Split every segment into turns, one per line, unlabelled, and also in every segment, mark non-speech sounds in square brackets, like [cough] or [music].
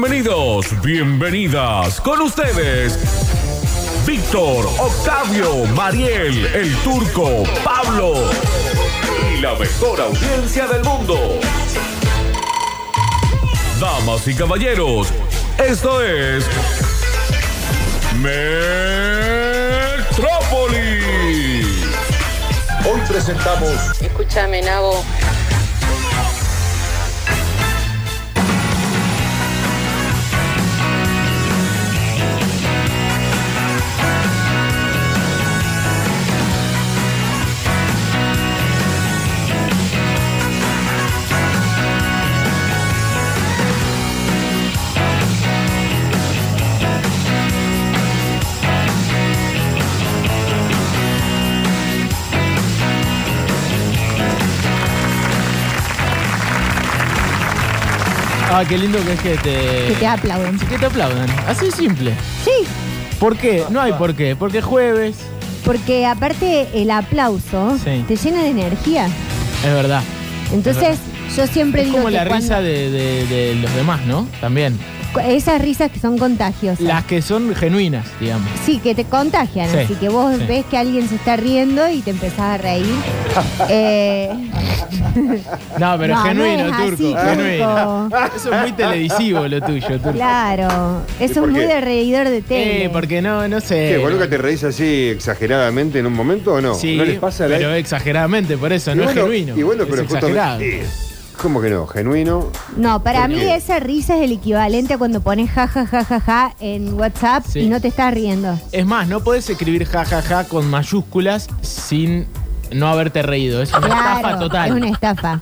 Bienvenidos, bienvenidas con ustedes. Víctor, Octavio, Mariel, el turco, Pablo y la mejor audiencia del mundo. Damas y caballeros, esto es Metrópolis.
Hoy presentamos
Escúchame, Nabo.
Ah, qué lindo que es que te.
Que te aplauden.
Sí, que te aplaudan. Así de simple.
Sí,
¿Por qué? No hay por qué. Porque es jueves.
porque aparte el aplauso
Sí.
te llena de energía.
Es verdad.
Entonces, yo siempre
Es
digo
como
que
la risa
cuando-
de, de- de los demás, ¿no? También.
cu- esas risas que son contagiosas.
Las que son genuinas, digamos.
Sí, que te contagian,
Sí,
así que vos
sí.
ves que alguien se está riendo y te empezás
[laughs]
a reír. Eh,
No, pero
no, no
genuino,
es así,
turco. Genuino.
turco.
Eso es muy televisivo lo tuyo, turco.
claro, eso
por
es muy
qué?
de reidor de tele.
Eh, porque no, no sé.
¿Qué, vos nunca te reís así exageradamente en un momento o no?
Sí,
¿No les pasa la-
pero exageradamente, por eso,
Y
no
bueno,
es genuino.
Y bueno, pero
es
justamente-
exagerado.
Sí. ¿Cómo que no? Genuino.
No, para
¿Por
mí
qué?
esa risa es el equivalente a cuando pones ja ja ja ja ja en WhatsApp
Sí.
y no te estás riendo.
Es más, no podés escribir jajaja con mayúsculas sin no haberte reído. Es una estafa
Claro,
total.
es una estafa.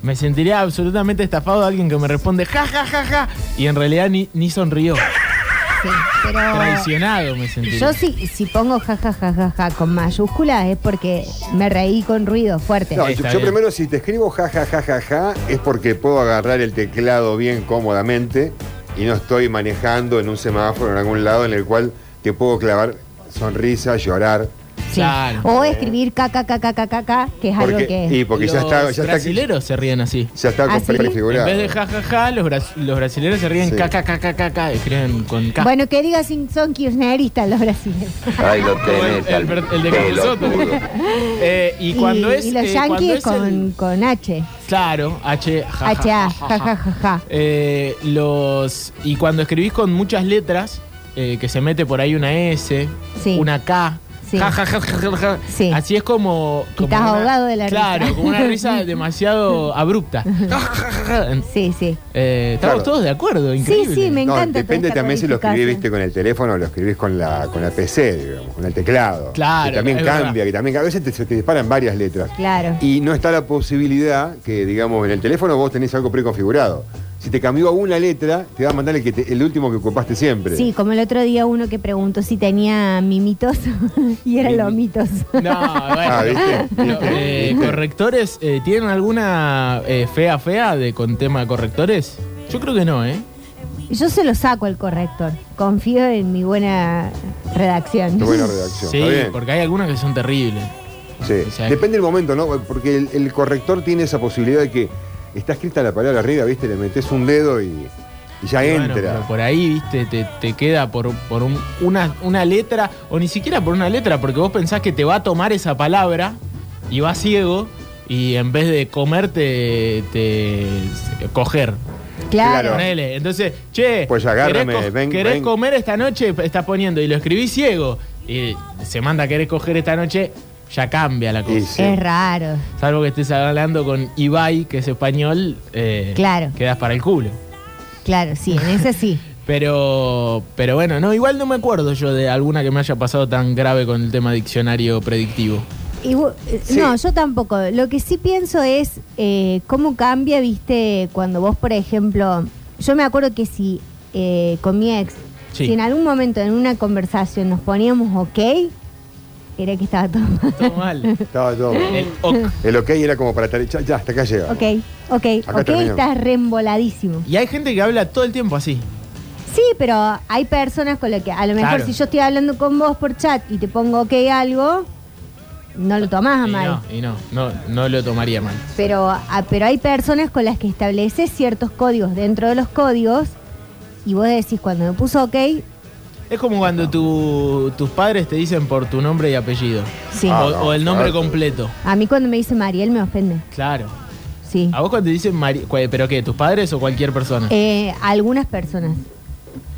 Me sentiría absolutamente estafado de alguien que me responde jajajaja y en realidad ni, ni sonrió.
Sí, pero
Traicionado me sentiría.
Ah. Yo si, si pongo ja, ja, ja, ja, ja con mayúsculas es porque me reí con ruido fuerte.
No,
Está
yo, yo
bien.
primero si te escribo ja ja ja ja ja es porque puedo agarrar el teclado bien cómodamente y no estoy manejando en un semáforo en algún lado en el cual te puedo clavar sonrisa, llorar.
Sí.
claro.
O escribir caca, caca, caca, caca, que es algo
Porque, y
que...
porque
los
ya está, ya está,
brasileros se ríen así.
ya está
¿Ah, sí?
prefigurado.
En vez de jajaja, los, bras- los brasileros se ríen
Sí.
kkkkkk, escriben con k.
Bueno, que diga sin son kirchneristas los brasileños.
Ahí lo
Como el,
tenés.
el-
al
el de
pelotudo.
Capuzoto.
[laughs]
Eh, y cuando es.
y los
eh, cuando
yanquis
es
con,
el-
con H,
Claro, H, ja, ja, ja,
H-A, ja, ja, ja, ja.
Eh, los y cuando escribís con muchas letras eh, que se mete por ahí una S,
Sí.
una K,
Sí.
ja, ja, ja, ja, ja, ja.
Sí.
así es como,
Y
como
estás
una-
ahogado de la
claro,
risa.
como una
[laughs]
risa demasiado abrupta. Ja, ja, ja, ja.
Sí, sí.
Eh, estamos
Claro.
todos de acuerdo, increíble.
sí, me
No,
encanta. toda
depende
esta
también si lo escribís
codificación.
viste, con el teléfono o lo escribís con la, con la PC, digamos, con el teclado.
Claro,
Que también
es
cambia,
verdad.
que también a veces te, se te disparan varias letras.
Claro.
Y no está la posibilidad que, digamos, en el teléfono vos tenés algo preconfigurado. Si te cambió una letra, te va a mandar el, que te- el último que ocupaste siempre.
Sí, como el otro día uno que preguntó si tenía mimitos [laughs] y eran los mitos.
No, bueno.
Ah, ¿viste?
Pero, eh, correctores, eh, ¿tienen alguna eh, fea fea de con tema de correctores? Yo creo que no, ¿eh?
Yo se lo saco al corrector. Confío en mi buena redacción.
Qué buena redacción.
Sí,
está bien.
porque hay algunas que son terribles.
Sí.
Exacto.
Depende del momento, ¿no? Porque el, el corrector tiene esa posibilidad de que está escrita la palabra arriba, ¿viste? Le metes un dedo y, y ya
Bueno,
entra.
pero por ahí, viste, te, te queda por, por un- una, una letra, o ni siquiera por una letra, porque vos pensás que te va a tomar esa palabra y vas ciego, y en vez de comer, te, te- coger.
Claro.
Claro.
Ponele. Entonces, che,
Pues agárrame,
querés,
ven,
querés
ven.
comer esta noche, estás poniendo, y lo escribís ciego, y se manda querés coger esta noche, ya cambia la cosa.
Y sí.
Es raro.
Salvo que estés hablando con Ibai, que es español, eh,
Claro.
quedas para el culo.
Claro, sí, en ese sí.
Pero, pero bueno, no, igual no me acuerdo yo de alguna que me haya pasado tan grave con el tema diccionario predictivo.
Y bu- eh,
Sí.
No, yo tampoco. Lo que sí pienso es eh, cómo cambia, viste, cuando vos, por ejemplo, yo me acuerdo que si eh, con mi ex,
Sí.
si en algún momento en una conversación nos poníamos ok, era que estaba todo mal.
Todo mal.
Estaba todo.
El ok.
El ok era como para estar. Ya, ya, hasta acá llegamos.
Ok, ok,
Acá
ok,
terminamos.
estás reemboladísimo.
Y hay gente que habla todo el tiempo así.
Sí, pero hay personas con las que a lo mejor
Claro.
si yo estoy hablando con vos por chat y te pongo ok algo, no lo tomás a
Y
Ah, mal.
no, y no, no, no lo tomaría mal.
Pero, ah, pero hay personas con las que estableces ciertos códigos dentro de los códigos y vos decís, cuando me puso ok,
Es como cuando tu- tus padres te dicen por tu nombre y apellido.
sí.
Ah,
o,
no,
o el nombre
claro.
completo.
A mí cuando me dice Mariel me ofende,
Claro.
sí.
Ah.
¿A vos cuando te dicen Mari- cua- ¿Pero qué? ¿Tus padres o cualquier persona?
Eh, algunas personas,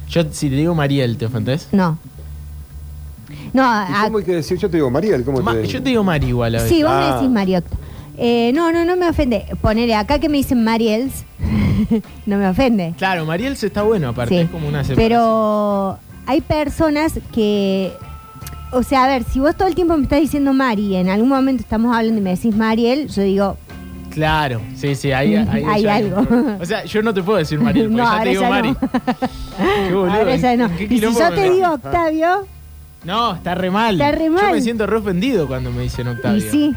Yo, si te digo Mariel, ¿te ofendés?
no. No,
¿Y
a-
cómo hay que decir? Yo te digo, Mariel, ¿cómo
Ma-
te
yo te digo Mari igual a veces.
sí, vos me
Ah.
decís Mariota. Eh, no, no, no me ofende. Ponele acá que me dicen Mariels, [laughs] no me ofende.
Claro, Mariel se está bueno, aparte
Sí,
es como una separación.
Pero hay personas que. O sea, a ver, si vos todo el tiempo me estás diciendo Mari, en algún momento estamos hablando y me decís Mariel, yo digo,
Claro, sí, sí, ahí, ahí
Hay
ya
algo.
un problema. O sea, yo no te puedo decir
[laughs]
Mariel, porque
No,
ya
ahora
te digo
ya no.
Mari. Qué boludo.
ahora ya
¿en-
no.
en qué
Y si
quilombo
yo
me
te
metí?
digo Octavio,
No, está re mal.
Está re
Yo me
mal.
siento re ofendido cuando me dicen
y
Octavio.
sí.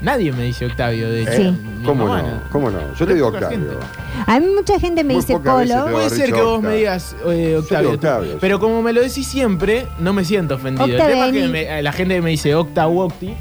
Nadie me dice Octavio, de hecho.
Sí.
Mi
Eh, ¿Cómo
mamá
no? ¿Cómo no? Yo te
Re
digo
poca
Octavio.
gente.
A mí mucha gente me
Muy
dice
pocas veces
Colo.
te
Puede
No,
ser
Richo,
que vos
Octavio.
me digas eh, Octavio.
digo Octavio,
Pero como me lo decís siempre, no me siento ofendido. El tema es que
Octaveni.
me- eh, la gente me dice Octa u Octi.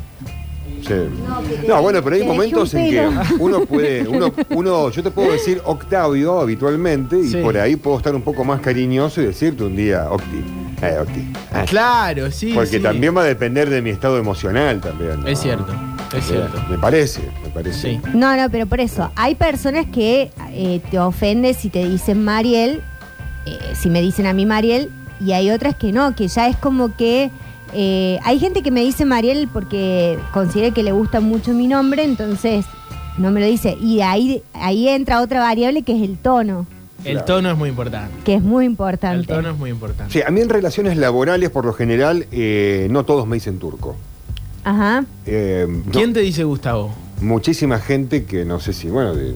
Sí.
No, que te-
No, bueno, pero hay
te dejé
momentos
un
en que
pelo.
uno puede, uno, uno, yo te puedo decir Octavio habitualmente y
Sí.
por ahí puedo estar un poco más cariñoso y decirte un día Octi. Eh, Octi. Ah,
Claro, sí.
Porque
sí.
también va a depender de mi estado emocional también. ¿no?
Es cierto, es
Eh,
cierto.
Me parece, me parece.
Sí.
No, no, pero por eso. Hay personas que eh, te ofenden si te dicen Mariel, eh, si me dicen a mí Mariel, y hay otras que no, que ya es como que. eh, hay gente que me dice Mariel porque considera que le gusta mucho mi nombre, entonces no me lo dice. Y ahí, ahí entra otra variable que es el tono,
El tono es muy importante.
que es muy
El
importante.
tono es muy importante.
Sí, a mí en relaciones laborales, por lo general, eh, no todos me dicen turco.
Ajá.
Eh, no.
¿Quién te dice Gustavo?
Muchísima gente que no sé si, bueno, de-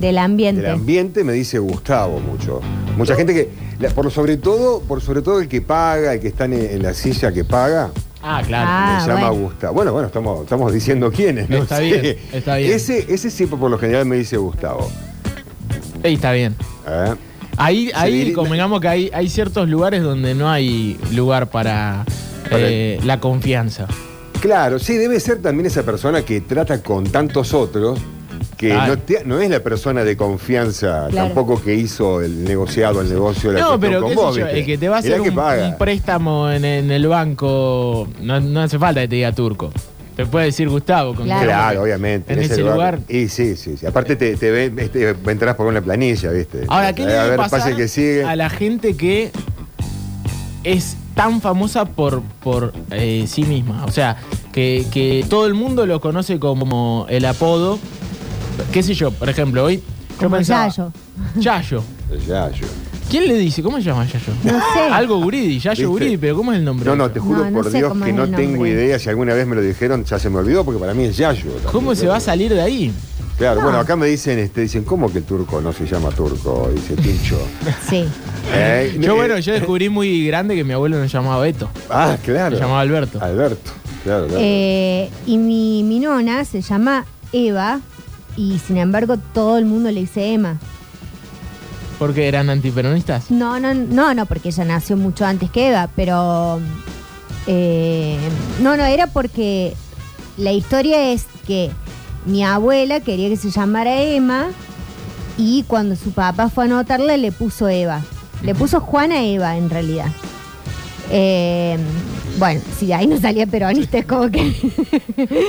Del ambiente.
del ambiente me dice Gustavo mucho. Mucha gente que, la- por sobre todo, por sobre todo el que paga, el que está en, en la silla que paga,
Ah, claro.
Ah.
me llama
bueno.
Gustavo. Bueno, bueno, estamos, estamos diciendo quiénes, ¿no?
Está
sé.
bien, está bien.
Ese, ese siempre por lo general me dice Gustavo.
Ey, está bien.
¿eh?
Ahí, ahí
viene-
convengamos que hay, hay ciertos lugares donde no hay lugar para
Para
eh, la confianza.
Claro, sí, debe ser también esa persona que trata con tantos otros que
Claro.
no, te- no es la persona de confianza
Claro.
tampoco que hizo el negociado, el negocio, la
No,
cuestión
pero
con
qué
vos,
sé yo,
¿viste?
el que te va a
Mirá
hacer
que
un,
paga.
un préstamo en, en el banco, no, no hace falta que te diga turco. Te puede decir Gustavo. Con
Claro.
Claro, obviamente.
En, ese lugar.
Y sí, sí, sí. Aparte te, te ven- este, entras por una planilla, ¿viste?
Ahora, ¿qué
Eh,
le
A
debe
ver,
pasar
pase que sigue.
a la gente que es tan famosa por, por eh, sí misma? O sea, que, que todo el mundo lo conoce como el apodo. ¿Qué sé yo? Por ejemplo, hoy yo
Como
pensaba...
Yayo.
[laughs] Yayo.
Ya, yo.
¿Quién le dice? ¿Cómo se llama Yayo?
No sé.
Algo Guridi, Yayo
¿Viste?
Guridi, pero ¿cómo es el nombre?
No, no, te juro
No, no
por
sé
Dios
cómo
que
es
no
el
tengo
nombre.
idea. Si alguna vez me lo dijeron, ya se me olvidó, porque para mí es Yayo. también,
¿Cómo se
claro.
va a salir de ahí?
Claro,
No.
bueno, acá me dicen, este, dicen, ¿cómo que el turco no se llama turco?
[laughs]
Dice Tincho.
Sí.
Eh,
Yo,
eh,
bueno, yo descubrí muy grande que mi abuelo nos llamaba Beto.
Ah, claro.
Se llamaba Alberto.
Alberto, claro, claro.
Eh, y mi, mi nona se llama Eva y sin embargo todo el mundo le dice Emma.
Porque eran antiperonistas.
[laughs] No, no, no, no, porque ella nació mucho antes que Eva, pero eh, no, no, era porque la historia es que mi abuela quería que se llamara Emma y cuando su papá fue a anotarla le puso Eva. Le puso Juana Eva en realidad. Eh, bueno, si de ahí no salía peronista es como que...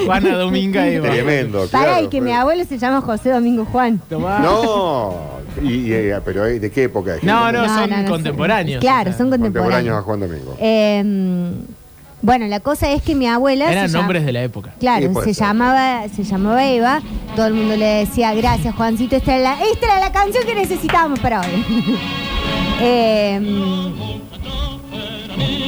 Juana Dominga Eva.
Tremendo,
Para,
claro.
y que
fue-
mi abuelo se llama José Domingo Juan.
Tomá.
No, y, y, eh, pero eh, ¿de qué época? es?
No, no. son contemporáneos.
Claro, son
Contemporáneos
contemporáneos.
a Juan Domingo.
Eh, bueno, la cosa es que mi abuela.
Eran
se llama-
nombres de la época.
Claro,
Sí, puede
se
ser.
llamaba, se llamaba Eva, todo el mundo le decía, gracias Juancito, esta era la, esta era la canción que necesitábamos para hoy. [laughs] Eh,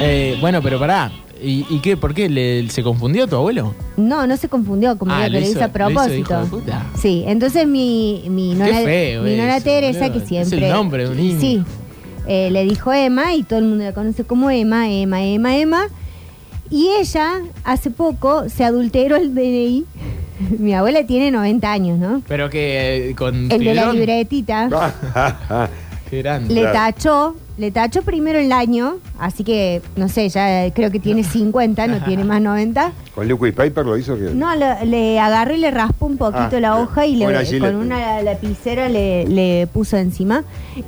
Eh, bueno, pero pará. ¿Y, y qué? ¿Por qué? ¿Le- ¿Se confundió tu abuelo?
no, no se confundió, como
Ah,
digo,
lo
que lo
hizo-
hizo a
lo hizo hijo
propósito.
de puta.
Sí, entonces mi, mi nona,
Qué feo
mi
eso,
nona Teresa,
boludo.
que siempre...
Es el nombre de un niño.
Sí, eh, le dijo Emma y todo el mundo la conoce como Emma, Emma, Emma, Emma. Y ella, hace poco, se adulteró el DNI. [laughs] mi abuela tiene 90 años, ¿no?
Pero que eh, con
El de la
Tidrón,
libretita.
Qué grande.
Le
Claro.
tachó, le tachó primero el año, así que, no sé, ya creo que tiene 50, no tiene más 90.
[laughs] ¿Con liquid paper lo hizo? que
No, lo- le agarró y le raspó un poquito
Ah,
la
bien.
hoja y le,
Bueno, allí
con
le-
una lapicera le, le puso encima.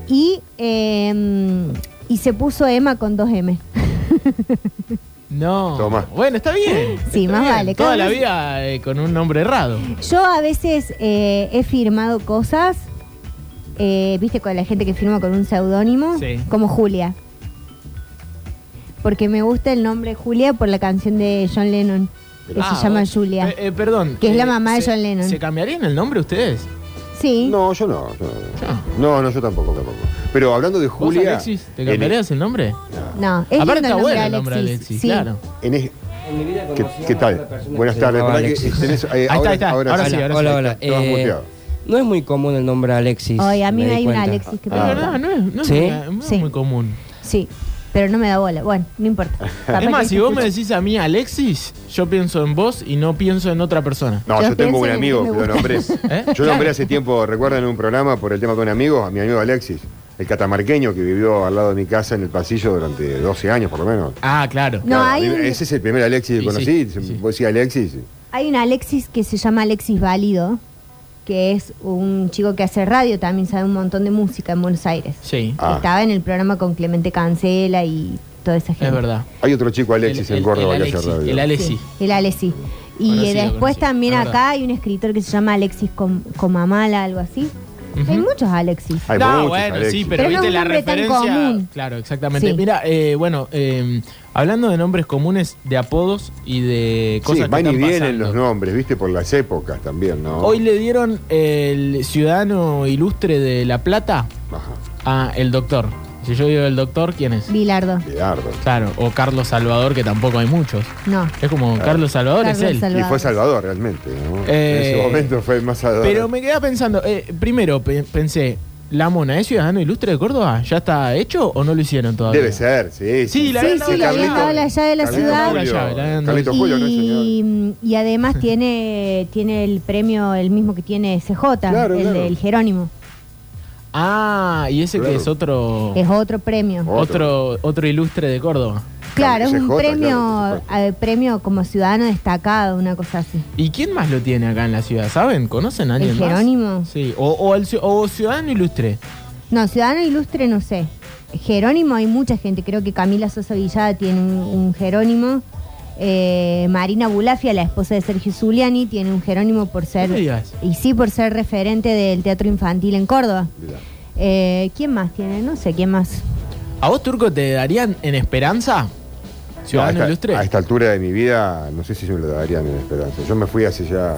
Y, eh, y se puso Emma con dos M.
No.
Toma.
Bueno, está bien.
Sí,
está
más
bien.
vale.
Toda
Cada
la
vez-
vida eh, con un nombre errado.
Yo a veces eh, he firmado cosas, eh, viste, con la gente que firma con un seudónimo,
Sí.
como Julia. Porque me gusta el nombre Julia por la canción de John Lennon, que
Ah,
se llama
bueno.
Julia.
Eh, eh, perdón.
Que es la
Eh,
mamá de
¿se-
John Lennon.
¿Se cambiarían el nombre ustedes?
sí.
No, yo no. yo
Yo.
no. No, no, yo tampoco, tampoco. Pero hablando de
Ah. ¿Vos,
Julia.
Alexis, ¿te
en-
cambiarías el nombre?
No, es
Aparte
lindo el
está
nombre
bueno
de
el nombre
Alexis,
Alexis,
sí.
claro.
en es-
En mi vida
¿Qué,
conocí a
qué
una
tal?
persona que
Buenas
se
tardes.
llamaba
¿verdad que
Alexis.
tenés- eh,
está, ahí está. Ahora sí, ahora sí.
Hola, hola.
Estabas
eh,
muteado.
no es muy común el nombre Alexis.
Ay, a mí me
di
hay un
cuenta.
Alexis que
Pero
Ah.
no, no es, no es
¿Sí?
muy- no es
Sí.
muy común.
Sí, pero no me da bola. Bueno, no importa. Capaz
Es más,
que
si
se
vos me
escucha.
decís a mí Alexis, yo pienso en vos y no pienso en otra persona.
No,
Yo
yo,
pienso
tengo un
en el que
amigo,
me
que
gusta.
lo nombré.
¿Eh?
Yo nombré hace tiempo, recuerdan un programa por el tema de un amigo, a mi amigo Alexis, el catamarqueño que vivió al lado de mi casa en el pasillo durante 12 años por lo menos.
Ah, claro.
No,
Claro,
hay
a mí-
un-
Ese es el primer Alexis que
Sí,
conocí.
sí,
se-
sí.
Vos decís Alexis.
Hay un Alexis que se llama Alexis Válido, que es un chico que hace radio, también sabe un montón de música en Buenos Aires.
Sí,
Ah.
Estaba en el programa con Clemente Cancela y toda esa gente.
es verdad.
Hay otro chico Alexis
El-
en
el-
Córdoba
el
que hace
Alexis,
radio.
El
Sí,
Alexis.
el Alexis. Y
Conocido,
eh, después
conocido,
también
es
acá
verdad.
hay un escritor que se llama Alexis Com- Comamala, algo así.
Ujú.
Hay muchos Alexis.
Hay
no,
muchos
bueno, sí,
Alexis.
pero,
Pero no
viste
es un
la
nombre tan
referencia.
común.
Claro, exactamente.
Sí.
Mira, eh, bueno, eh, hablando de nombres comunes, de apodos y de
Sí,
cosas que
van y
están
vienen
pasando.
los nombres, viste, por las épocas también, ¿no?
Hoy le dieron el ciudadano ilustre de La Plata
Ajá,
a el doctor. Si yo digo el doctor, ¿quién es?
Bilardo.
Bilardo.
Claro, o Carlos Salvador, que tampoco hay muchos.
No.
Es como
Claro.
Carlos Salvador
Carlos
es él.
Salvador.
Y fue Salvador realmente, ¿no?
Eh,
en ese momento fue el más Salvador.
Pero me quedaba pensando, eh, primero pe- pensé, ¿la mona es ciudadano ilustre de Córdoba? ¿Ya está hecho o no lo hicieron todavía?
Debe ser, sí.
Sí, la-
Sí,
la-
sí, le
la-
habían
Carlito-
dado la llave de la
Carlito
ciudad.
Julio. La llave, la habían dado.
Carlito Julio, ¿no es señor?
Y, mm, y además tiene, tiene el premio, el mismo que tiene CJ,
Claro,
el
claro.
del Jerónimo.
Ah, y ese
Claro.
que es otro,
Es otro premio.
otro otro ilustre de Córdoba.
Claro, es
CJ,
un
Oh, claro,
premio,
por supuesto.
eh, premio como ciudadano destacado, una cosa así.
¿Y quién más lo tiene acá en la ciudad? ¿Saben? ¿Conocen a alguien
¿El
más?
Jerónimo?
Sí, o, o el ci- o ciudadano ilustre.
No, ciudadano ilustre no sé. Jerónimo hay mucha gente, creo que Camila Sosa Villada tiene un, un Jerónimo. Eh, Marina Bulafia, la esposa de Sergio Zuliani, tiene un Jerónimo por ser...
me digas.
Y sí, por ser referente del teatro infantil en Córdoba.
Mirá.
Eh, ¿Quién más tiene? No sé, ¿quién más?
¿A vos, Turco, te darían en esperanza?
No, a,
¿Ciudadano
esta,
ilustre?
a esta altura de mi vida, no sé si yo me lo daría mi esperanza. Yo me fui hace ya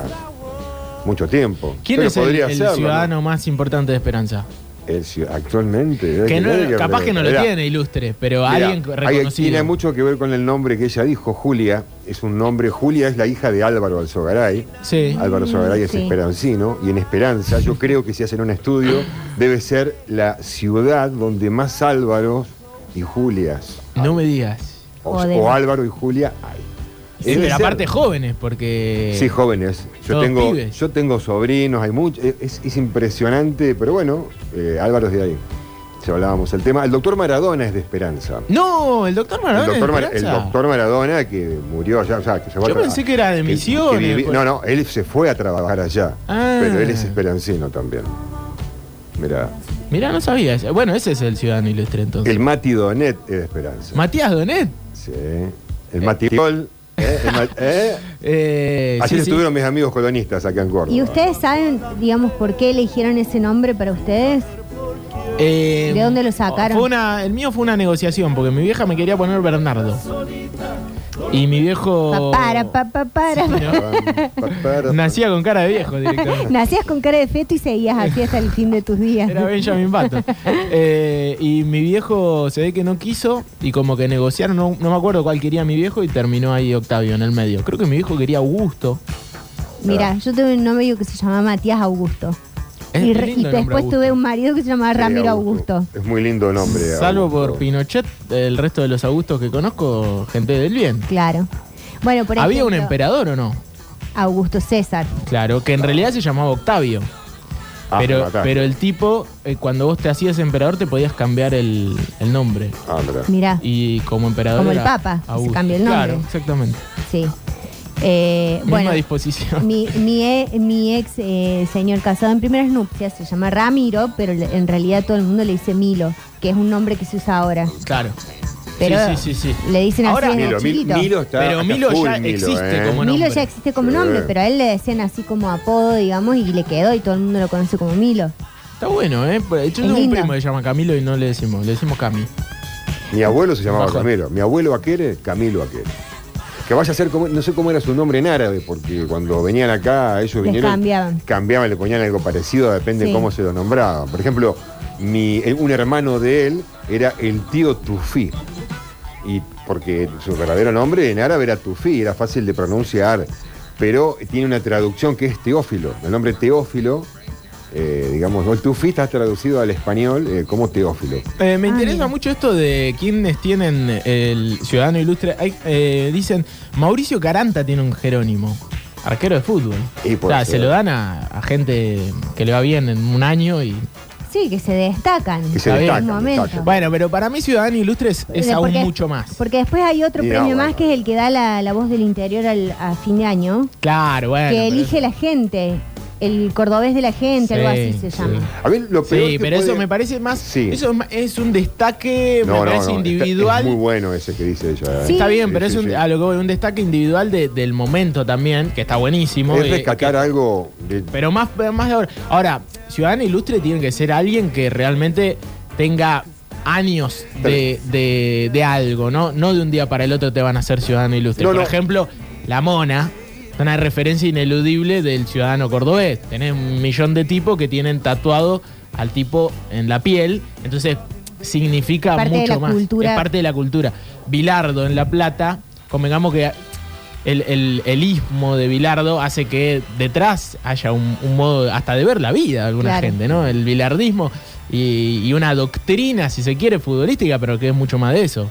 mucho tiempo.
¿Quién
Pero
es el,
podría
el
hacerlo,
ciudadano más importante de esperanza?
¿no? El ciu- actualmente.
Que no-
Mirá
capaz que no lo
mirá,
tiene ilustre, pero
mirá,
alguien
hay-
reconocido.
Tiene mucho que ver con el nombre que ella dijo, Julia. Es un nombre, Julia es la hija de Álvaro Alzogaray.
Sí.
Álvaro Sogaray es
Sí.
esperancino y en
[laughs]
Esperanza yo creo que si hacen un estudio debe ser la ciudad donde más Álvaros y Julias
No me digas.
o,
Joder.
o Álvaro y Julia hay.
Sí,
Debe
pero
ser.
aparte jóvenes, porque...
Sí, jóvenes. Yo
todos
tengo,
pibes.
yo tengo sobrinos, hay muchos. Es, es impresionante, pero bueno, eh, Álvaro es de ahí. Ya hablábamos el tema. El doctor Maradona es de Esperanza.
No, el doctor Maradona.
El doctor, Mar- el
Esperanza.
doctor Maradona que murió allá, o sea, que se fue
Yo
a tra-
pensé que era de Misiones,
vivi-
pues.
No, no, él se fue a trabajar allá.
Ah.
Pero él es esperancino también. Mira,
Mirá, no sabía. eso. Bueno, ese es el ciudadano ilustre entonces.
el Mati Donet es de Esperanza.
Matías Donet.
sí. El Mati Gol. ¿eh? El
[laughs]
Ma- ¿eh?
Eh,
Ayer
sí, sí.
estuvieron mis amigos colonistas acá en Córdoba.
¿Y ustedes saben, digamos, por qué eligieron ese nombre para ustedes?
Eh,
¿De dónde lo sacaron?
Fue una- el mío fue una negociación, porque mi vieja me quería poner Bernardo. Y mi viejo.
Pa, para, pa, pa, para.
Oh. Sí, ¿no? [laughs] Nacía con cara de viejo directamente.
[laughs] Nacías con cara de feto y seguías así hasta el fin de tus días.
Era Benjamin Button. Eh, y mi viejo se ve que no quiso y como que negociaron, no, no me acuerdo cuál quería mi viejo y terminó ahí Octavio en el medio. Creo que mi viejo quería Augusto.
Mira, yo tuve un novio que se llamaba Matías Augusto.
Es
y
muy
re-
lindo el
y
nombre
después
Augusto.
tuve un marido que se llamaba
Sí,
[laughs] Ramiro Augusto.
Eh, Es muy lindo nombre.
Salvo
Este, Augusto.
por Pinochet, el resto de los Augustos que conozco, gente del bien.
Claro. Bueno, por
¿Había un
ejemplo,
emperador o no?
Augusto César.
Claro, que en realidad se llamaba Octavio.
Ah, me
pero,
mataste.
pero el tipo, eh, cuando vos te hacías emperador, te podías cambiar el, el nombre.
Ah, mira.
Mirá,
Y como emperador.
Como el
era
Papa, se
Augusto.
cambió el nombre.
Claro, exactamente.
sí. Eh,
Misma
bueno,
disposición.
mi, mi, e- mi ex eh, señor casado en primeras nupcias se llama Ramiro, pero le- en realidad todo el mundo le dice Milo, que es un nombre que se usa ahora.
[laughs] Claro.
Pero
sí, sí, sí, sí.
le dicen así
Ahora-
desde
Milo, Mil-
chiquito.
Milo está.
Pero
acá
Milo
full
ya existe
¿eh?
como
Milo
nombre.
ya existe como
Sí.
nombre, pero a él le decían así como apodo, digamos, y le quedó y todo el mundo lo conoce como Milo.
Está bueno, ¿eh? Yo tengo un
lindo.
primo que se llama Camilo y no le decimos, le decimos Cami.
Mi abuelo se llamaba
Bajo.
Camilo. Mi abuelo Vaquere, Camilo Vaquere. Que vaya a ser como, no sé cómo era su nombre en árabe, porque cuando venían acá, ellos
Les
vinieron.
cambiaban.
Cambiaban, le ponían algo parecido, depende
Sí.
de cómo se lo nombraban. Por ejemplo, mi, eh, un hermano de él era el tío Tufi. Y porque su verdadero nombre en árabe era Tufi, era fácil de pronunciar. Pero tiene una traducción que es Teófilo. El nombre Teófilo, eh, digamos, ¿no? el Tufi está traducido al español eh, como Teófilo.
Eh, me
Ah,
interesa
mira.
mucho esto de quienes tienen el ciudadano ilustre. Hay, eh, dicen, Mauricio Caranta tiene un Jerónimo, arquero de fútbol.
Y
O
puede
sea, se
ser.
lo dan a, a gente que le va bien en un año y...
Sí, que se destacan.
Que se
en
destacan,
algún momento.
destacan.
Bueno, pero para mí ciudadano ilustre es, es
Porque-
aún mucho más.
Porque después hay otro
Y no,
premio
bueno.
más que es el que da la, la voz del interior al, a fin de año,
Claro, bueno.
que
pero
elige
eso-
la gente, el cordobés de la gente, algo así se
Sí,
llama.
sí.
A ver, lo peor
Sí,
que
pero eso
puede-
me parece más...
Sí.
Eso es, ma- es un destaque,
No,
me
no,
parece
no, está-
individual.
es muy bueno ese que dice ella. ¿eh?
Sí.
Está bien,
Sí,
pero
sí,
es un,
sí.
a lo que voy, un destaque individual de- del momento también, que está buenísimo.
Es
eh,
rescatar algo de-
Pero más, más de ahora. Ahora, ciudadano ilustre tiene que ser alguien que realmente tenga años de, de- de algo, ¿no? No de un día para el otro te van a ser ciudadano ilustre.
No,
Por
no.
ejemplo, la mona. es Una referencia ineludible del ciudadano cordobés. Tenés un millón de tipos que tienen tatuado al tipo en la piel. Entonces, significa
Parte de
mucho
la
más.
cultura.
Es parte de la cultura. Bilardo en La Plata, convengamos que el, el, el istmo de Bilardo hace que detrás haya un, un modo hasta de ver la vida de alguna
Claro.
gente, ¿no? El bilardismo y, y una doctrina, si se quiere, futbolística, pero que es mucho más de eso.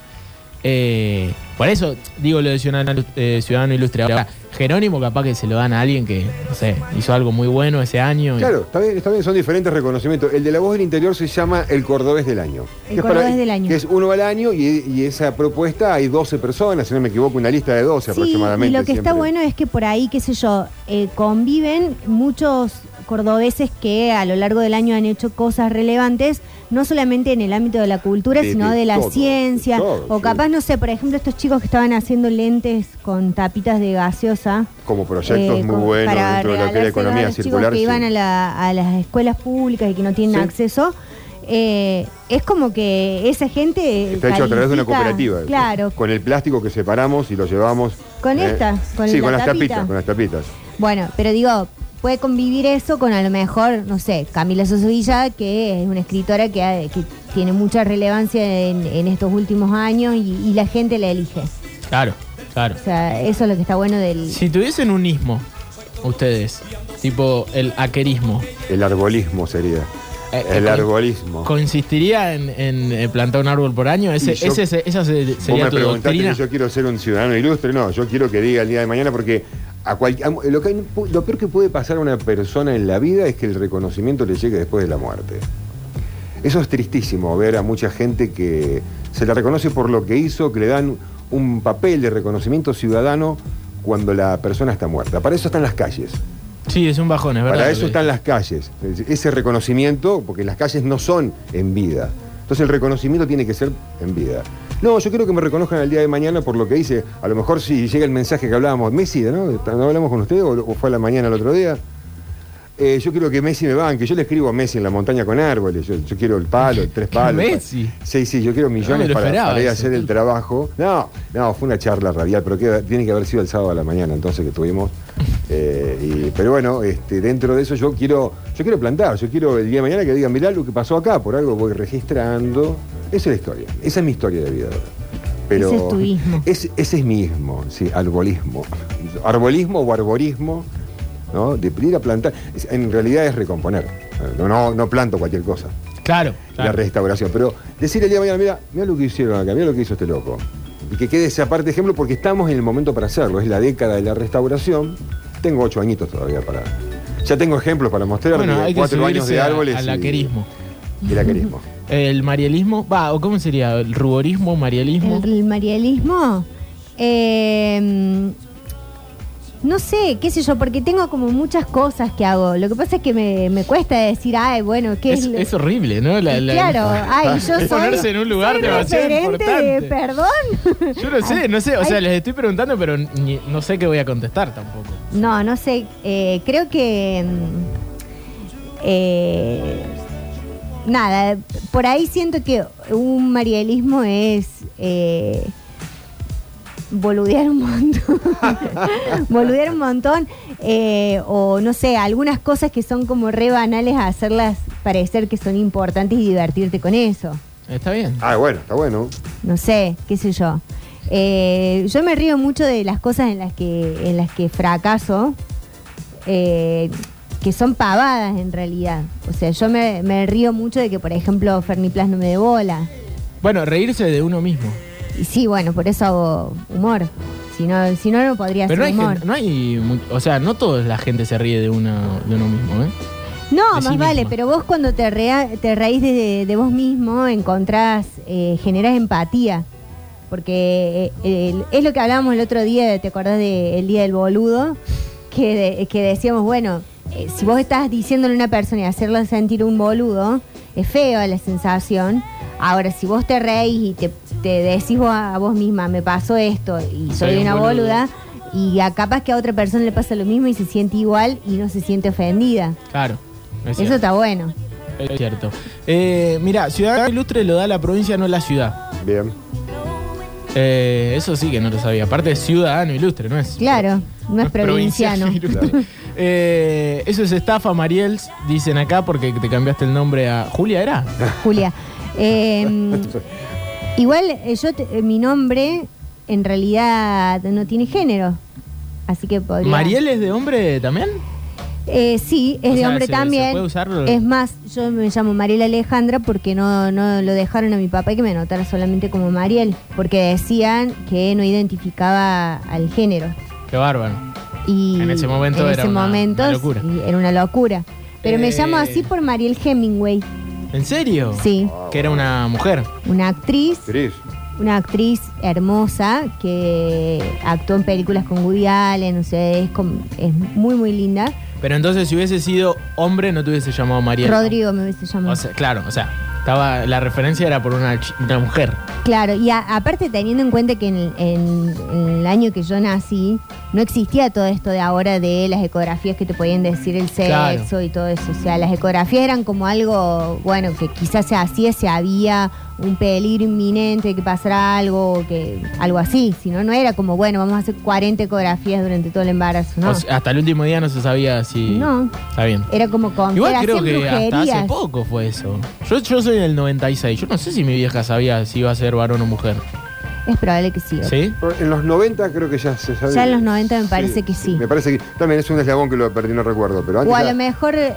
Eh, por eso digo lo de ciudadano, eh, ciudadano ilustre. Ahora, Jerónimo capaz que se lo dan a alguien que, no sé, hizo algo muy bueno ese año. y-
Claro, está bien, está bien, son diferentes reconocimientos. El de la voz del interior se llama El Cordobés del Año.
El
Que es
Cordobés del Año.
que es uno al año y, y esa propuesta hay 12 personas, si no me equivoco, una lista de 12
Sí,
aproximadamente.
y lo que está
siempre.
bueno es que por ahí, qué sé yo, eh, conviven muchos cordobeses que a lo largo del año han hecho cosas relevantes, no solamente en el ámbito de la cultura,
De-
sino
de
de, la
todo, de
ciencia,
todo,
o
sí.
capaz, no sé, por ejemplo, estos chicos que estaban haciendo lentes con tapitas de gaseosa.
Como proyectos
eh,
muy
con-
buenos
para
dentro de lo que es la
regalárselo a
economía
los chicos
circular.
que
sí.
iban a, la- a las escuelas públicas y que no tienen
Sí.
acceso. eh, es como que esa gente
Está hecho a través de una
califica-
cooperativa. eso.
Claro,
Con el plástico que separamos y lo llevamos. eh,
Con estas, con
Sí,
la
con las
tapita.
tapitas, con las tapitas.
Bueno, pero digo, puede convivir eso con a lo mejor, no sé, Camila Sosa Villa, que es una escritora que, ha- que tiene mucha relevancia en, en estos últimos años y, y la gente la elige.
claro, claro.
O sea, eso es lo que está bueno del...
Si tuviesen un ismo, ustedes, tipo el aquerismo,
El arbolismo sería.
Eh,
El
eh,
arbolismo.
¿Consistiría en, en, eh, plantar un árbol por año? Ese,
Y yo-
ese- esa se-
Vos
sería
me
tu
preguntaste
doctrina.
si yo quiero ser un ciudadano ilustre. No, yo quiero que diga el día de mañana porque a cual- a- lo, que, hay- lo peor que puede pasar a una persona en la vida es que el reconocimiento le llegue después de la muerte. Eso es tristísimo, ver a mucha gente que se la reconoce por lo que hizo, que le dan un papel de reconocimiento ciudadano cuando la persona está muerta. Para eso están las calles.
Sí, es un bajón, es verdad.
Para
lo
eso
que-
están las calles. Ese reconocimiento, porque las calles no son en vida. Entonces el reconocimiento tiene que ser en vida. No, yo quiero que me reconozcan el día de mañana por lo que hice. A lo mejor si llega el mensaje que hablábamos, Messi, ¿no? ¿No hablamos con usted o, o fue a la mañana el otro día? Eh, yo quiero que Messi me banque. Yo le escribo a Messi en la montaña con árboles. Yo, yo quiero el
[laughs]
palo, tres palos.
Messi?
Sí, sí, yo quiero millones
lo
para,
esperaba
para ir a
eso.
hacer el trabajo. No, no, fue una charla radial, pero que, tiene que haber sido el sábado a la mañana entonces que tuvimos. Eh, y- pero bueno, este, dentro de eso yo quiero, yo quiero plantar, yo quiero el día de mañana que digan, mirá lo que pasó acá, por algo voy registrando. Esa es la historia, esa es mi historia de vida. Pero
Ese es tu ismo.
es- ese es mi ismo, sí, arbolismo. Arbolismo o arborismo, ¿no? De ir a plantar. Es- En realidad es recomponer. No, no, no planto cualquier cosa
Claro,
la
claro.
restauración. Pero decir el día de mañana, mira, mira lo que hicieron acá, mira lo que hizo este loco. Y que quede esa parte de ejemplo porque estamos en el momento para hacerlo. Es la década de la restauración. Tengo ocho añitos todavía para, Ya tengo ejemplos para mostrar.
Bueno, hay que
cuatro años
subirse
de
a-
árboles.
al
y-
aquerismo.
Y, el aquerismo.
El marielismo, va, o cómo sería, el ruborismo, marielismo.
El, el marialismo. eh, no sé, qué sé yo, porque tengo como muchas cosas que hago. Lo que pasa es que me, me cuesta decir, ay, bueno, ¿qué
Es,
es, lo-
es horrible, ¿no? La- la-
claro,
[laughs]
ay, yo soy.
ponerse en un lugar
soy
demasiado
referente de-
importante.
perdón.
Yo no sé, no sé, o
Ay.
sea, les estoy preguntando, pero ni- no sé qué voy a contestar tampoco.
No, no sé. eh, creo que. mm, eh, nada, por ahí siento que un marielismo es. eh, boludear un montón. [laughs] boludear un montón. eh, o no sé, algunas cosas que son como re banales, hacerlas parecer que son importantes y divertirte con eso
Está bien.
Ah, bueno, está bueno.
no sé, qué sé yo. Eh, yo me río mucho de las cosas en las que, en las que fracaso, eh, que son pavadas en realidad. O sea, yo me, me río mucho de que, por ejemplo, Ferniplas no me dé bola.
Bueno, reírse de uno mismo.
Y sí, bueno, por eso hago humor. Si no, si no, no podría
Pero no hay,
hacer humor.
gente- no hay mu- o sea, no toda la gente se ríe de, una, de uno mismo, ¿eh?
No,
de sí
más vale,
misma.
pero vos cuando te, rea- te reís de, de vos mismo, encontrás, eh, generás empatía. Porque eh, el- es lo que hablábamos el otro día, ¿te acordás del Día del Boludo? Que, de- que decíamos, bueno, eh, si vos estás diciéndole a una persona y hacerla sentir un boludo, es feo la sensación. Ahora, si vos te reís y te, te decís vos a, a vos misma, me pasó esto y soy,
Soy un
una
boludo.
boluda, y a, capaz que a otra persona le pasa lo mismo y se siente igual y no se siente ofendida.
Claro. es
Eso
cierto.
está bueno.
Es cierto. Eh, mira, Ciudad Ilustre lo da la provincia, no la ciudad.
Bien.
Eh, eso sí que no lo sabía. Aparte es ciudadano ilustre, ¿no es?
Claro,
[laughs]
no es provinciano.
ilustre. Eh, eso es estafa, Mariels, dicen acá porque te cambiaste el nombre a... Julia era.
Julia.
[laughs]
Eh, igual eh, yo te- eh, mi nombre en realidad no tiene género. Así que podría.
¿Mariel es de hombre también?
Eh, sí, es
O
de
sea,
hombre
se- se
también.
puede usarlo.
Es más, yo me llamo Mariel Alejandra porque no, no lo dejaron a mi papá y que me anotara solamente como Mariel, porque decían que no identificaba al género.
Qué bárbaro.
Y
En ese momento
en
era
ese
una-
momento
una locura.
sí, era una locura. Pero me
Eh.
llamo así por Mariel Hemingway.
¿En serio?
Sí,
Que era una mujer.
una actriz
Cris.
una actriz hermosa que actuó en películas con Woody Allen, o sea, es, com- es muy, muy linda.
Pero entonces si hubiese sido hombre no te hubiese llamado Mariel.
Rodrigo me hubiese llamado.
O sea, claro, o sea, estaba, la referencia era por una, chi- una mujer.
claro, y a- aparte teniendo en cuenta que en, en- en el año que yo nací, no existía todo esto de ahora de las ecografías que te podían decir el sexo
Claro.
y todo eso. O sea, las ecografías eran como algo, bueno, que quizás se hacía si había un peligro inminente de que pasara algo, o que algo así. Si no, no era como, bueno, vamos a hacer 40 ecografías durante todo el embarazo, ¿no?
O sea, hasta el último día no se sabía si...
No.
Está bien.
Era como con
Igual
era
creo
hacían
que hasta
brujerías.
hace poco fue eso. Yo, yo soy del 96. Yo no sé si mi vieja sabía si iba a ser varón o mujer.
Es probable que sí.
¿Sí?
En los 90 creo que ya se sabe.
Ya en los 90 me parece que sí.
Me parece que también es un eslabón que lo perdí, no recuerdo. Pero antes
O a
ya-
lo mejor, eh,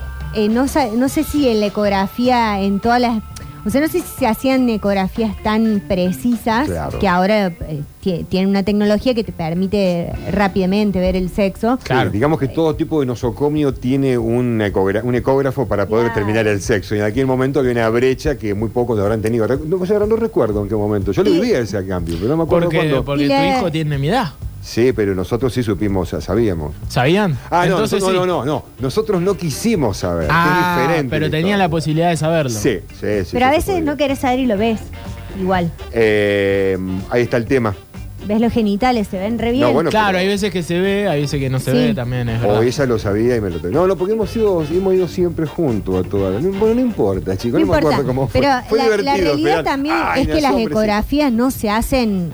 no, sa- no sé si en la ecografía, en todas las... O sea, no sé si se hacían ecografías tan precisas
Claro.
que ahora eh, tie- tienen una tecnología que te permite rápidamente ver el sexo.
Sí, digamos que todo tipo de nosocomio tiene un, ecogra- un ecógrafo para poder
Claro.
determinar el sexo. Y en aquel momento había una brecha que muy pocos habrán tenido. Recu- No, o sea, no recuerdo en qué momento. Yo lo
Y-
vivía ese cambio, pero no me acuerdo
Porque,
cuándo.
porque tu
Mira.
hijo tiene mi edad.
Sí, pero nosotros sí supimos, o sea, sabíamos.
¿Sabían?
Ah, no,
Entonces
no,
sí.
no, no, no. Nosotros no quisimos saber. que
Ah,
es diferente.
pero tenía la posibilidad de saberlo.
Sí, sí, sí.
Pero a
sí,
veces
sí,
no
podía.
querés saber y lo ves igual.
Eh, ahí está el tema.
Ves los genitales, se ven re bien.
No, bueno,
claro,
pero-
hay veces que se ve, hay veces que no se
Sí.
ve también, es
O
verdad.
ella lo sabía y me lo No, no, porque hemos ido, hemos ido siempre juntos a todas. No, bueno, no importa, chicos,
No
no, me
importa,
acuerdo cómo fue.
pero
[laughs] Fue
la,
divertido,
la realidad
pero-
también
Ay,
es
me
que las
asombra, sí.
ecografías no se hacen...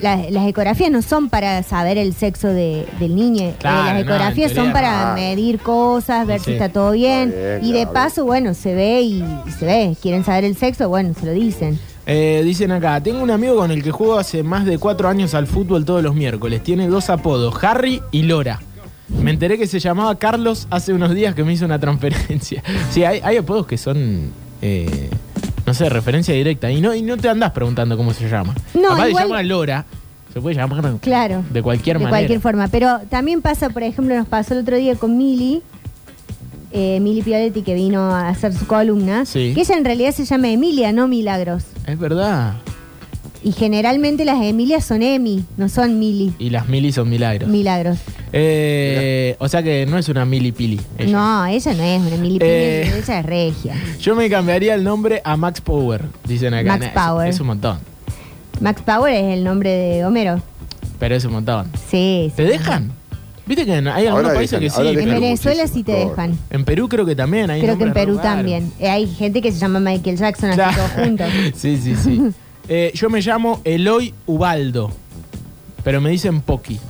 Las, las ecografías no son para saber el sexo de- del niño. Eh,
Claro, no,
las
en
ecografías
teoría
son para
no.
medir cosas, ver
Sí.
si está todo bien.
Está bien,
y de
claro.
paso, bueno, se ve y, y se ve. ¿Quieren saber el sexo? Bueno, se lo dicen.
Eh, dicen acá, tengo un amigo con el que juego hace más de cuatro años al fútbol todos los miércoles. Tiene dos apodos, Harry y Lora. Me enteré que se llamaba Carlos hace unos días que me hizo una transferencia. [laughs] Sí, hay, hay apodos que son, eh, no sé, referencia directa. Y no, y no te andás preguntando cómo se llama.
No,
Capaz
igual-
se llama Lora. Se puede llamar
Claro.
de cualquier
de
manera.
cualquier forma. Pero también pasa, por ejemplo, nos pasó el otro día con Mili, eh, Emily Pioletti, que vino a hacer su columna,
Sí.
que ella en realidad se llama Emilia, no Milagros.
Es verdad.
Y generalmente las Emilias son Emi, no son Mili.
Y las mili son milagros.
Milagros.
Eh, o sea que no es una milipili. ella.
No, ella no es una Emily
Eh.
Pioletti, ella es regia.
Yo me cambiaría el nombre a Max Power, dicen acá.
Max
Es-
Power.
Es, un montón,
Max Power es el nombre de Homero.
pero es un montón.
Sí, sí.
¿Te dejan? Viste que en- hay algunos
Ahora
países
dejan,
que
ahora
sí.
En
dejan.
pero-
Venezuela
muchísimo,
sí te
por favor.
dejan.
en Perú creo que también hay
Creo que en
nombres
Perú
raros. [laughs]
también. Eh, hay gente que se llama Michael Jackson, así
Claro.
todos juntos.
[laughs] sí, sí, sí.
[laughs]
Eh, yo me llamo Eloy Ubaldo, pero me dicen Poki.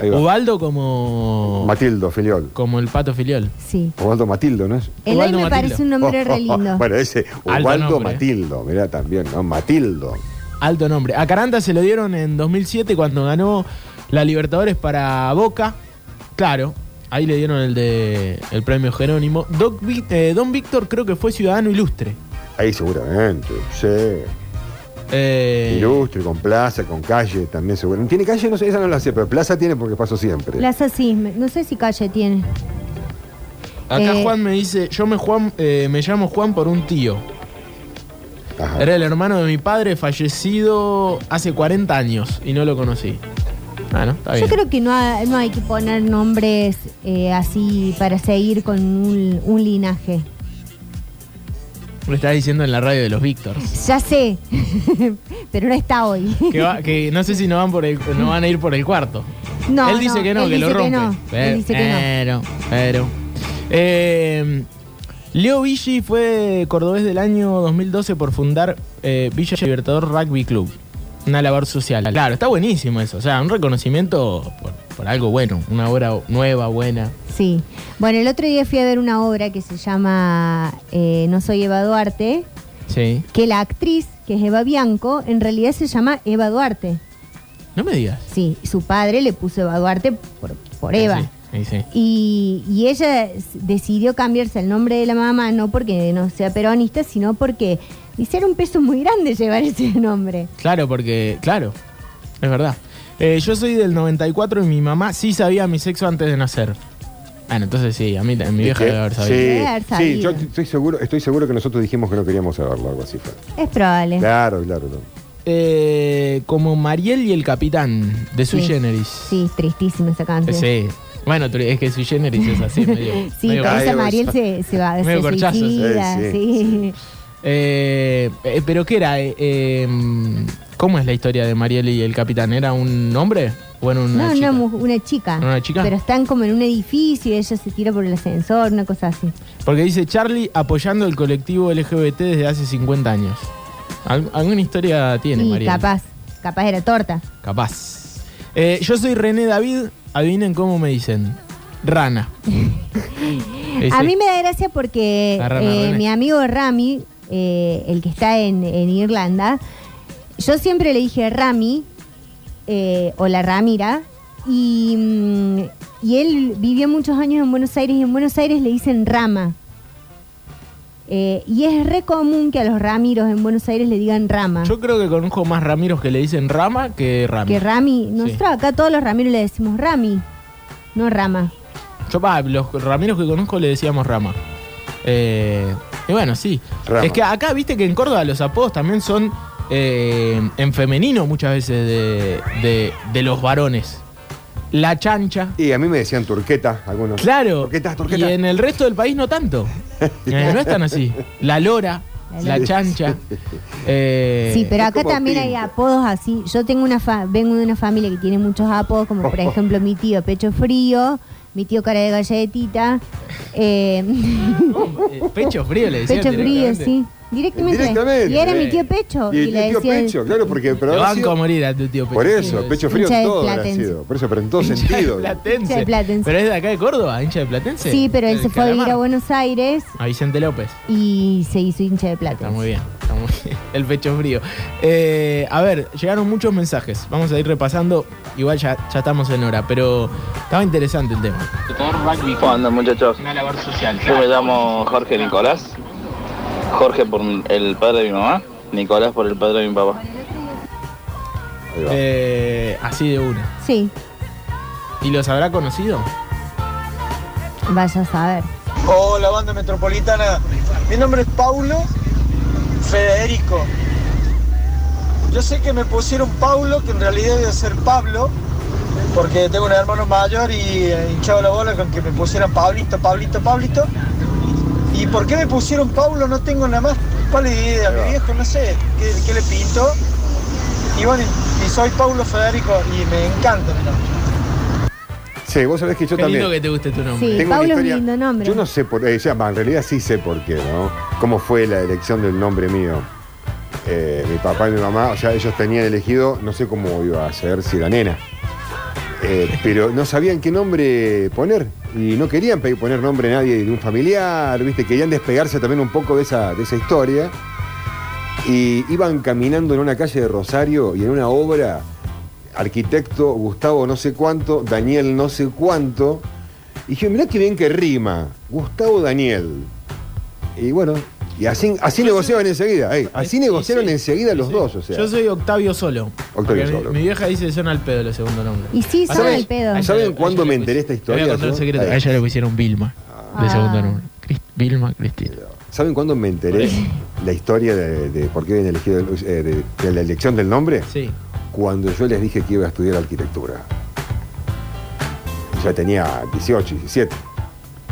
Ahí va.
Ubaldo como,
Matildo, filiol.
como el pato filiol.
Sí.
Osvaldo Matildo, ¿no es?
El hoy
Ubaldo
me
Matilda.
parece un nombre
[laughs]
re lindo.
bueno, ese
Alto
Osvaldo
nombre.
Matildo, mirá también, ¿no? Matildo.
Alto nombre. A Caranta se lo dieron en 2007 cuando ganó la Libertadores para Boca. Claro, ahí le dieron el de el premio Jerónimo. Doc Vi- eh, Don Víctor creo que fue ciudadano ilustre.
Ahí seguramente, sí.
Eh,
Ilustre, con plaza, con calle también seguro. ¿Tiene calle? No sé, esa no la sé, pero plaza tiene porque paso siempre.
Plaza sí, me- no sé si calle tiene.
acá
eh,
Juan me dice, yo me Juan eh, me llamo Juan por un tío.
Ajá.
Era el hermano de mi padre fallecido hace 40 años y no lo conocí. Ah, no, está bien.
Yo creo que no, ha- no hay que poner nombres eh, así para seguir con un, un linaje.
Lo estás diciendo en la radio de los Víctors.
Ya sé, [laughs] pero no está hoy. [laughs]
Que, va- que no sé si no van, por el, no van a ir por el cuarto.
No,
él dice que no,
él
que lo
dice
rompe.
no,
Pe-
Él dice que
Pero, pero. Eh, Leo Villi fue cordobés del año 2012 por fundar eh, Villa Libertador Rugby Club. Una labor social. Claro, está buenísimo eso. O sea, un reconocimiento por, por algo bueno. Una obra nueva, buena.
no. Sí. Bueno, el otro día fui a ver una obra que se llama eh, No soy Eva Duarte,
Sí.
que la actriz, que es Eva Bianco, en realidad se llama Eva Duarte.
No me digas.
Sí, su padre le puso Eva Duarte por, por Eva.
Ah, Sí, sí.
Y, y ella s- decidió cambiarse el nombre de la mamá, no porque no sea peronista, sino porque dice era un peso muy grande llevar ese nombre.
Claro, porque, claro, es verdad. Eh, yo soy del 94 y mi mamá sí sabía mi sexo antes de nacer. Bueno, entonces sí, a mí ta- mi
¿De
vieja
qué?
debe haber sabido.
Debe haber
Sí, sí, yo
sabido.
t- estoy seguro, estoy seguro que nosotros dijimos que no queríamos saberlo, algo así. fue.
Es probable.
Claro, claro. claro.
Eh, como Mariel y el Capitán, de Sui
Sí.
Generis.
Sí, tristísima esa
Eh,
canción.
Sí. Bueno, tru- es que Sui Generis es así, medio.
[laughs] Sí,
medio-
pero-
Teresa
Ay,
Mariel se, se va a
Medio
se
corchazo, sí,
suicida,
sí,
sí.
Eh, eh, ¿Pero qué era? Eh, eh, ¿Cómo es la historia de Mariel y el Capitán? ¿Era un hombre o era una
No,
chica?
una, mu- una chica.
¿Una chica?
Pero están como en un edificio y ella se tira por el ascensor, una cosa así.
Porque dice Charlie apoyando el colectivo LGBT desde hace 50 años. Al- alguna historia tiene,
y
María.
capaz, capaz era torta.
Capaz. Eh, yo soy René David, adivinen cómo me dicen.
[laughs]
Rana. Ese-
A mí me da gracia porque
La rana
eh,
René.
mi amigo Rami, eh, el que está en, en Irlanda, yo siempre le dije Rami eh, o la Ramira y, mm, y él vivió muchos años en Buenos Aires y en Buenos Aires le dicen Rama. Eh, y es re común que a los Ramiros en Buenos Aires le digan Rama.
Yo creo que conozco más Ramiros que le dicen Rama que Rami.
que Rami, nosotros acá todos los Ramiros le decimos Rami, no Rama.
Yo, pa, los Ramiros que conozco le decíamos Rama. Eh, y bueno, sí.
Rama.
Es que acá, viste que en Córdoba los apodos también son eh, en femenino muchas veces de, de- de los varones. La chancha.
Y a mí me decían turqueta algunos.
Claro.
Turquetas, turquetas.
Y en el resto del país no
[laughs]
tanto. Eh, no es tan así. La lora,
La
la,
lora.
chancha. eh,
Sí, pero
es
acá
como
también hay
pinta.
apodos así. Yo tengo una fa- vengo de una familia que tiene muchos apodos, como
Oh.
por ejemplo mi tío Pecho Frío, mi tío Cara de Galletita,
[laughs]
eh,
eh, Pecho frío le decían.
Pecho Frío,
directamente.
sí. Directamente.
Directamente.
Y era mi
Sí.
tío Pecho.
Y, el
le
tío
decía-
Pecho, claro, porque
Te
pero habrá
banco a
sido-
morir a tu tío Pecho.
por
Frío,
eso, pecho frío
Hincha de
todo habrá
Platense.
sido. Por eso, pero en todo
Hincha de
sentido.
Platense.
Hincha de Platense.
Pero es de acá de Córdoba, hincha de Platense.
Sí, pero él
Del
se fue a vivir
Calamar.
a Buenos Aires
A Vicente López.
y se hizo hincha de plata.
Está muy bien, está muy bien. [laughs] El pecho frío. Eh, a ver, llegaron muchos mensajes. Vamos a ir repasando. Igual ya, ya estamos en hora, pero estaba interesante el tema.
¿Cómo andan muchachos?
Una labor social.
Yo me llamo Jorge Nicolás. Jorge por el padre de mi mamá. Nicolás por el padre de mi papá.
Ahí va.
Eh, así de una.
Sí,
¿Y los habrá conocido?
vaya a saber.
Hola, banda metropolitana. Mi nombre es Paulo Federico. Yo sé que me pusieron Paulo, que en realidad debe ser Pablo, porque tengo un hermano mayor y eh, hinchaba la bola con que me pusieran Pablito, Pablito, Pablito. ¿Y por qué me pusieron Paulo? No tengo nada más pálida idea. Mi viejo, no sé qué, qué le pinto. Y bueno, y soy Paulo Federico y me encanta mi nombre.
Sí, vos sabés que yo
Qué
también.
lindo que te guste tu nombre.
Sí.
Tengo una
Pablo es un
historia-
lindo nombre.
Yo no sé por qué, en realidad sí sé por qué, ¿no? Cómo fue la elección del nombre mío. Eh, mi papá y mi mamá, o sea, ellos tenían elegido, no sé cómo iba a ser, si la nena. Eh, pero no sabían qué nombre poner y no querían pe- poner nombre a nadie de un familiar, ¿viste? Querían despegarse también un poco de esa, de esa historia. Y iban caminando en una calle de Rosario y en una obra, arquitecto Gustavo no sé cuánto, Daniel no sé cuánto. Y dije, mirá qué bien que rima, Gustavo Daniel. Y bueno, y así, así negociaban enseguida, ey, así
Y
negociaron
sí,
enseguida
y
los
sí.
dos, o sea.
Yo soy Octavio Solo. Porque mi-
Solo.
Mi, vieja dice son al pedo los segundos nombres.
Y sí, son
¿Sabes?
al pedo.
Ay, ¿Saben cuándo me enteré esta
Te
historia,
voy a contar un
yo?
secreto.
Ahí.
A ella le pusieron Vilma de
Ah.
segundo nombre. Cris- Vilma Cristina.
¿Saben cuándo me enteré la historia de, de por qué habían elegido el- eh, de, de la elección del nombre?
Sí.
Cuando yo les dije que iba a estudiar arquitectura. Ya tenía 18, 17.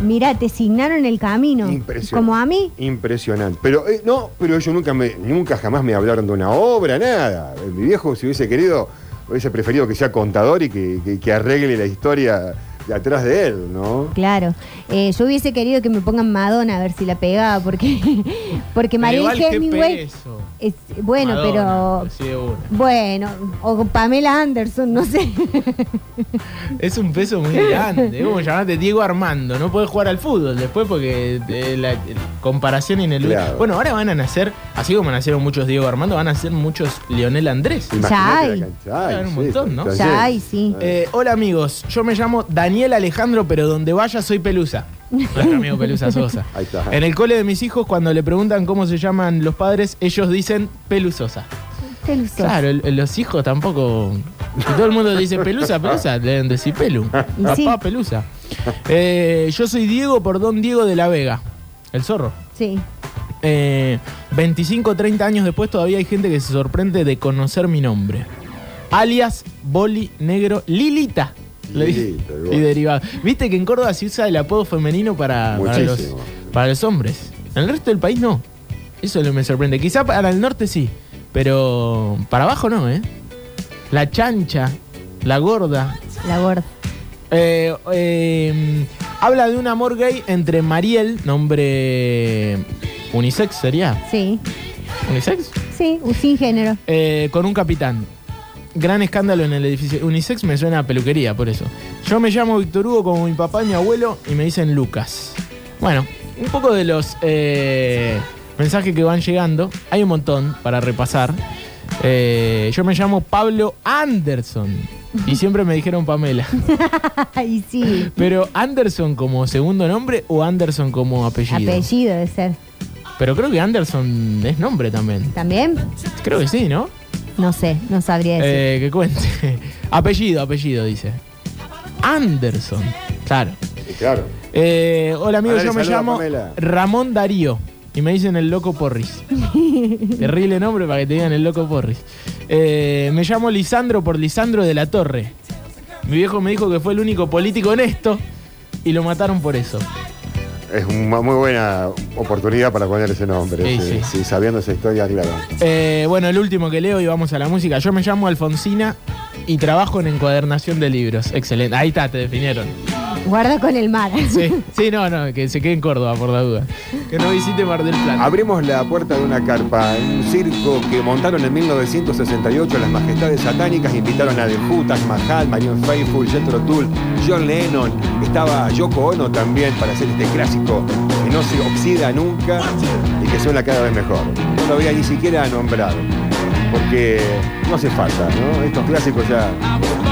Mirá, te signaron el camino.
Impresionante.
Como a mí.
Impresionante. Pero eh, no, pero ellos nunca me, nunca jamás me hablaron de una obra, nada. Eh, Mi viejo, si hubiese querido, hubiese preferido que sea contador y que, que- que arregle la historia de atrás de él, ¿no?
Claro. Eh, yo hubiese querido que me pongan Madonna a ver si la pegaba, porque, [laughs] porque María
Igual que
Hemingway.
peso.
es- bueno,
Madonna,
pero.
sí, de una.
Bueno, o con Pamela Anderson, no sé. [laughs]
Es un peso muy grande. Es como llamarte Diego Armando. No podés jugar al fútbol después porque eh, la eh, comparación ineludible.
Claro.
Bueno, ahora van a nacer, así como nacieron muchos Diego Armando, van a nacer muchos Lionel Andrés.
Imagínate
hay.
la cancha. Ay,
Hay un
sí,
montón, ¿no?
está
Ya
lleno.
hay, sí.
Eh, hola amigos, yo me llamo Daniel Alejandro, pero donde vaya soy Pelusa. Nuestro amigo Pelusa Sosa.
Ahí está.
En el cole de mis hijos, cuando le preguntan cómo se llaman los padres, ellos dicen Pelusosa.
Qué luces.
Claro, el- el- los hijos tampoco. Si todo el mundo dice pelusa, pelusa, deben decir pelu.
Y
Papá,
sí.
pelusa. Eh, yo soy Diego por Don Diego de la Vega, el zorro.
Sí.
Eh, 25, 30 años después todavía hay gente que se sorprende de conocer mi nombre. Alias Boli Negro Lilita. Le dice-
Lilita, igual.
y derivado. Viste que en Córdoba se usa el apodo femenino para, para los,
Muchísimo.
para los hombres. En el resto del país no. Eso es lo que me sorprende. Quizá para el norte sí, pero para abajo no, ¿eh? La chancha, la gorda,
La gorda.
eh, eh, habla de un amor gay entre Mariel, nombre unisex sería,
Sí.
unisex,
Sí, un sin género. [laughs]
eh, con un capitán. Gran escándalo en el edificio. Unisex me suena a peluquería, por eso. Yo me llamo Víctor Hugo como mi papá y mi abuelo y me dicen Lucas. Bueno, un poco de los eh, mensajes que van llegando. Hay un montón para repasar. Eh, yo me llamo Pablo Anderson y siempre me dijeron Pamela.
Ay, sí.
Pero Anderson como segundo nombre o Anderson como apellido.
Apellido de ser.
Pero creo que Anderson es nombre también.
¿También?
Creo que sí, ¿no?
No sé, no sabría decir.
Eh, que cuente. [laughs] apellido, apellido, dice. Anderson. Claro.
Sí, Claro.
Eh, hola amigo,
Ahora le
yo me
saluda
llamo
Pamela.
Ramón Darío. Y me dicen el loco Porris. Terrible nombre para que te digan el loco Porris. Eh, me llamo Lisandro por Lisandro de la Torre. Mi viejo me dijo que fue el único político honesto y lo mataron por eso.
Es una muy buena oportunidad para poner ese nombre.
Sí,
Sí,
sí.
sí, sabiendo esa historia, claro.
Eh, bueno, el último que leo y vamos a la música. Yo me llamo Alfonsina y trabajo en encuadernación de libros. Excelente. Ahí está, te definieron.
Guarda con el mar.
Sí, sí, no, no, que se quede en Córdoba, por la duda. Que no visite Mar del Plata.
Abrimos la puerta de una carpa en un circo que montaron en 1968 las majestades satánicas. Invitaron a The Who, Taj Mahal, Marion Faithfull, Jethro Tull, John Lennon. Estaba Yoko Ono también para hacer este clásico que no se oxida nunca y que suena cada vez mejor. No lo había ni siquiera nombrado porque no hace falta, ¿no? Estos clásicos ya